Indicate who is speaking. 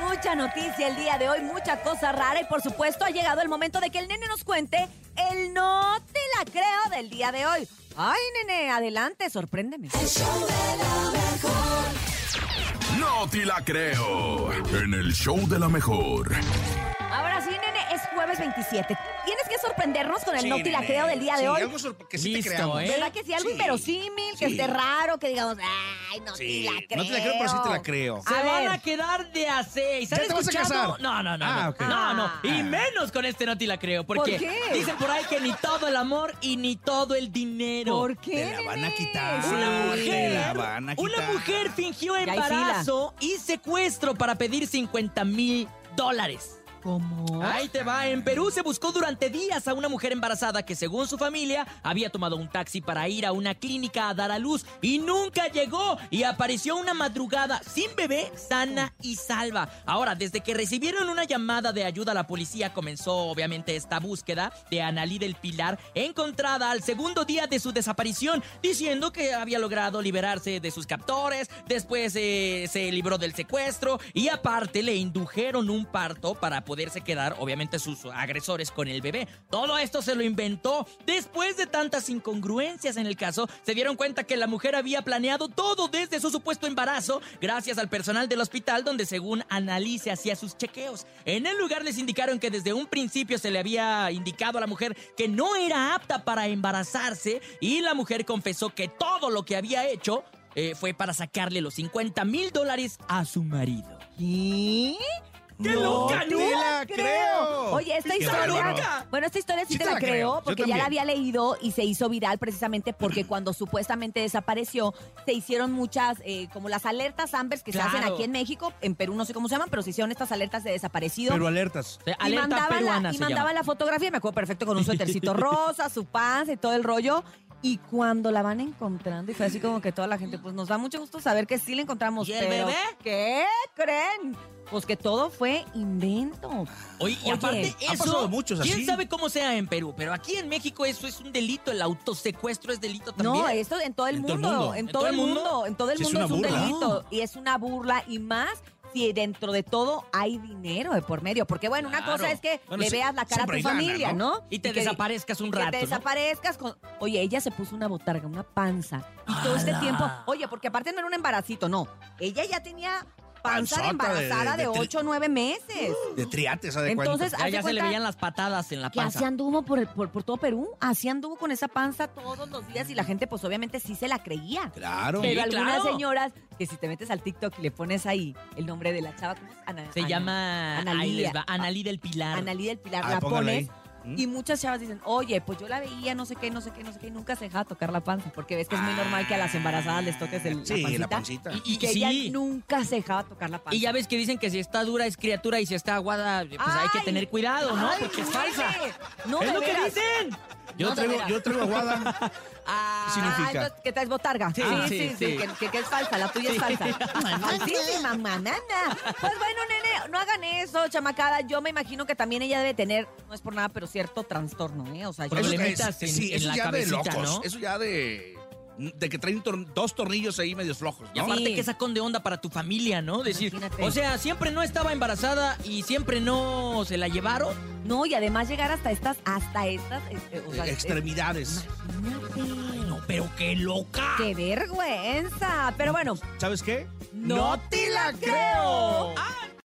Speaker 1: mucha noticia el día de hoy, mucha cosa rara y por supuesto ha llegado el momento de que el nene nos cuente el no te la creo del día de hoy. Ay, nene, adelante, sorpréndeme.
Speaker 2: No te la creo. En el show de la mejor.
Speaker 1: Ahora sí, nene, es jueves 27. Tienes que sorprendernos con el
Speaker 3: Sí,
Speaker 1: no te la
Speaker 3: nene.
Speaker 1: creo del día de
Speaker 3: Sí,
Speaker 1: hoy.
Speaker 3: algo sorpre- que sí te
Speaker 4: Listo,
Speaker 3: creamos.
Speaker 4: ¿eh?
Speaker 1: ¿Verdad que sí? Algo
Speaker 3: Sí.
Speaker 1: inverosímil, que
Speaker 3: Sí.
Speaker 1: esté raro, que digamos, ay, no
Speaker 3: Sí,
Speaker 1: te la creo.
Speaker 3: no te la creo, pero sí te la creo.
Speaker 4: Se
Speaker 1: A
Speaker 4: van
Speaker 1: ver.
Speaker 4: a quedar de a seis. ¿Han
Speaker 3: ¿Ya te vas a
Speaker 4: escuchado?
Speaker 3: casar?
Speaker 4: No, no, no.
Speaker 3: Ah,
Speaker 4: no.
Speaker 3: ok.
Speaker 4: No, no.
Speaker 1: Ah.
Speaker 4: Y menos con este no te la creo. Porque
Speaker 1: ¿Por qué?
Speaker 4: dicen por ahí que ni todo el amor y ni todo el dinero.
Speaker 1: ¿Por qué?
Speaker 3: Te la van a
Speaker 1: nene?
Speaker 3: quitar.
Speaker 4: Una
Speaker 3: Ah,
Speaker 4: mujer,
Speaker 3: te la van a
Speaker 4: una
Speaker 3: quitar.
Speaker 4: mujer fingió
Speaker 1: Ya hay fila.
Speaker 4: embarazo y secuestro para pedir 50 mil dólares.
Speaker 1: ¿Cómo?
Speaker 4: Ahí te va. En Perú se buscó durante días a una mujer embarazada que, según su familia, había tomado un taxi para ir a una clínica a dar a luz y nunca llegó. Y apareció una madrugada sin bebé, sana y salva. Ahora, desde que recibieron una llamada de ayuda a la policía, comenzó obviamente esta búsqueda de Analí del Pilar, encontrada al segundo día de su desaparición, diciendo que había logrado liberarse de sus captores, después eh, se libró del secuestro y aparte le indujeron un parto para poderse quedar, obviamente, sus agresores con el bebé. Todo esto se lo inventó. Después de tantas incongruencias en el caso, se dieron cuenta que la mujer había planeado todo desde su supuesto embarazo, gracias al personal del hospital donde, según Analí, se hacía sus chequeos. En el lugar les indicaron que desde un principio se le había indicado a la mujer que no era apta para embarazarse y la mujer confesó que todo lo que había hecho eh, fue para sacarle los 50 mil dólares a su marido.
Speaker 1: ¿Qué?
Speaker 4: ¡Qué
Speaker 3: No
Speaker 4: loca,
Speaker 3: te la creo!
Speaker 1: Oye, esta
Speaker 3: ¡Qué
Speaker 1: historia.
Speaker 3: bárbaro!
Speaker 1: Bueno, esta historia sí, te la, creo,
Speaker 3: Yo
Speaker 1: porque ya la
Speaker 3: también.
Speaker 1: había leído y se hizo viral precisamente porque cuando supuestamente desapareció, se hicieron muchas, eh, como las alertas Ambers que se hacen
Speaker 4: Claro.
Speaker 1: aquí en México, en Perú no sé cómo se llaman, pero se hicieron estas alertas de desaparecido.
Speaker 3: Pero alertas.
Speaker 4: O sea,
Speaker 1: y
Speaker 4: alerta
Speaker 1: mandaban,
Speaker 4: peruana
Speaker 1: la, y
Speaker 4: se
Speaker 1: mandaban
Speaker 4: llama.
Speaker 1: la fotografía, me acuerdo perfecto, con un suétercito rosa, su paz y todo el rollo. Y cuando la van encontrando, y fue así como que toda la gente, pues nos da mucho gusto saber que sí la encontramos.
Speaker 4: ¿Y el
Speaker 1: pero,
Speaker 4: bebé?
Speaker 1: ¿Qué creen? Pues que todo fue invento.
Speaker 4: Oye, y
Speaker 1: Oye,
Speaker 4: aparte
Speaker 3: ha pasado
Speaker 4: eso,
Speaker 3: muchos así.
Speaker 4: quién sabe cómo sea en Perú, pero aquí en México eso es un delito, el autosecuestro es delito también.
Speaker 1: No, esto en todo el
Speaker 3: En todo el
Speaker 1: mundo,
Speaker 3: mundo.
Speaker 1: en todo el mundo, en todo el
Speaker 3: Sí, es
Speaker 1: mundo
Speaker 3: una
Speaker 1: es un
Speaker 3: burla.
Speaker 1: delito y es una burla y más si dentro de todo hay dinero de por medio, porque bueno, una
Speaker 4: Claro.
Speaker 1: cosa es que
Speaker 3: Bueno,
Speaker 1: le
Speaker 3: sí,
Speaker 1: veas la cara a tu
Speaker 3: siempre hay lana,
Speaker 1: familia, ¿no?
Speaker 4: y te
Speaker 1: que-
Speaker 4: desaparezcas un
Speaker 1: que
Speaker 4: rato.
Speaker 1: te
Speaker 4: ¿no?
Speaker 1: desaparezcas con... Oye, ella se puso una botarga, una panza. Y todo este
Speaker 4: ¡Hala!
Speaker 1: tiempo... Oye, porque aparte no era un embaracito, no. Ella ya tenía panza de
Speaker 3: Panzota de-
Speaker 1: embarazada de
Speaker 3: de tri-
Speaker 1: 8 o 9 meses.
Speaker 4: Uh,
Speaker 3: De triates, ¿sabe
Speaker 1: Entonces,
Speaker 4: Ya,
Speaker 1: haz de
Speaker 4: ya se le
Speaker 1: cuenta
Speaker 4: veían las patadas en la
Speaker 1: que
Speaker 4: panza.
Speaker 1: así anduvo por, el- por, por todo Perú. Así anduvo con esa panza todos los días y la gente, pues obviamente sí se la creía.
Speaker 3: cuánto? Claro.
Speaker 4: Sí,
Speaker 1: Pero algunas
Speaker 4: claro.
Speaker 1: señoras que si te metes al TikTok y le pones ahí el nombre de la chava, ¿cómo es? Ana-
Speaker 4: Se
Speaker 1: Ana-
Speaker 4: llama
Speaker 1: Analía.
Speaker 4: ahí les va, Analí del Pilar.
Speaker 1: Analí del Pilar,
Speaker 3: Ah,
Speaker 1: la
Speaker 3: póngala ahí.
Speaker 1: pones. Y muchas chavas dicen, oye, pues yo la veía, no sé qué, no sé qué, no sé qué, y nunca se dejaba tocar la panza, porque ves que es muy normal que a las embarazadas les toques el,
Speaker 3: Sí,
Speaker 1: la
Speaker 3: la
Speaker 1: pancita.
Speaker 3: pancita.
Speaker 4: Y,
Speaker 1: Y
Speaker 4: y-
Speaker 1: que
Speaker 4: sí.
Speaker 1: ella nunca se dejaba tocar la panza.
Speaker 4: Y ya ves que dicen que si está dura es criatura y si está aguada, pues hay que
Speaker 1: ¡Ay!
Speaker 4: tener cuidado, ¿no?
Speaker 1: Ay,
Speaker 4: Porque es
Speaker 1: nene,
Speaker 4: falsa.
Speaker 1: No,
Speaker 4: es
Speaker 1: de
Speaker 4: lo que
Speaker 1: veras.
Speaker 4: dicen.
Speaker 3: Yo,
Speaker 1: No, de
Speaker 3: traigo,
Speaker 1: veras.
Speaker 3: yo traigo aguada.
Speaker 1: Ah,
Speaker 3: significa?
Speaker 1: entonces, que traes botarga. Sí, sí,
Speaker 4: sí,
Speaker 1: sí,
Speaker 4: sí.
Speaker 1: que- Que, que es falsa, la tuya es falsa. Falsísima, manana. Pues bueno, nene, no hagan eso, chamacada. Yo me imagino que también ella debe tener, no es por nada, pero cierto trastorno, ¿eh? O sea, yo...
Speaker 3: Eso es-
Speaker 4: Problemitas en-
Speaker 3: sí,
Speaker 4: en
Speaker 3: eso
Speaker 4: la
Speaker 3: ya de
Speaker 4: cabecita,
Speaker 3: locos.
Speaker 4: ¿no?
Speaker 3: Eso ya de. De que traen tor- dos tornillos ahí medios flojos,
Speaker 4: Y
Speaker 3: ¿no?
Speaker 4: aparte
Speaker 1: Sí.
Speaker 4: que sacón de onda para tu familia, ¿no? Decir,
Speaker 1: Imagínate.
Speaker 4: o sea, siempre no estaba embarazada y siempre no se la llevaron.
Speaker 1: No, y además llegar hasta estas, hasta estas... este, o sea,
Speaker 3: Eh, Extremidades.
Speaker 1: imagínate.
Speaker 4: No, pero qué loca.
Speaker 1: ¡Qué vergüenza! Pero bueno,
Speaker 3: ¿Sabes qué?
Speaker 1: No
Speaker 3: te la creo!
Speaker 4: Ah,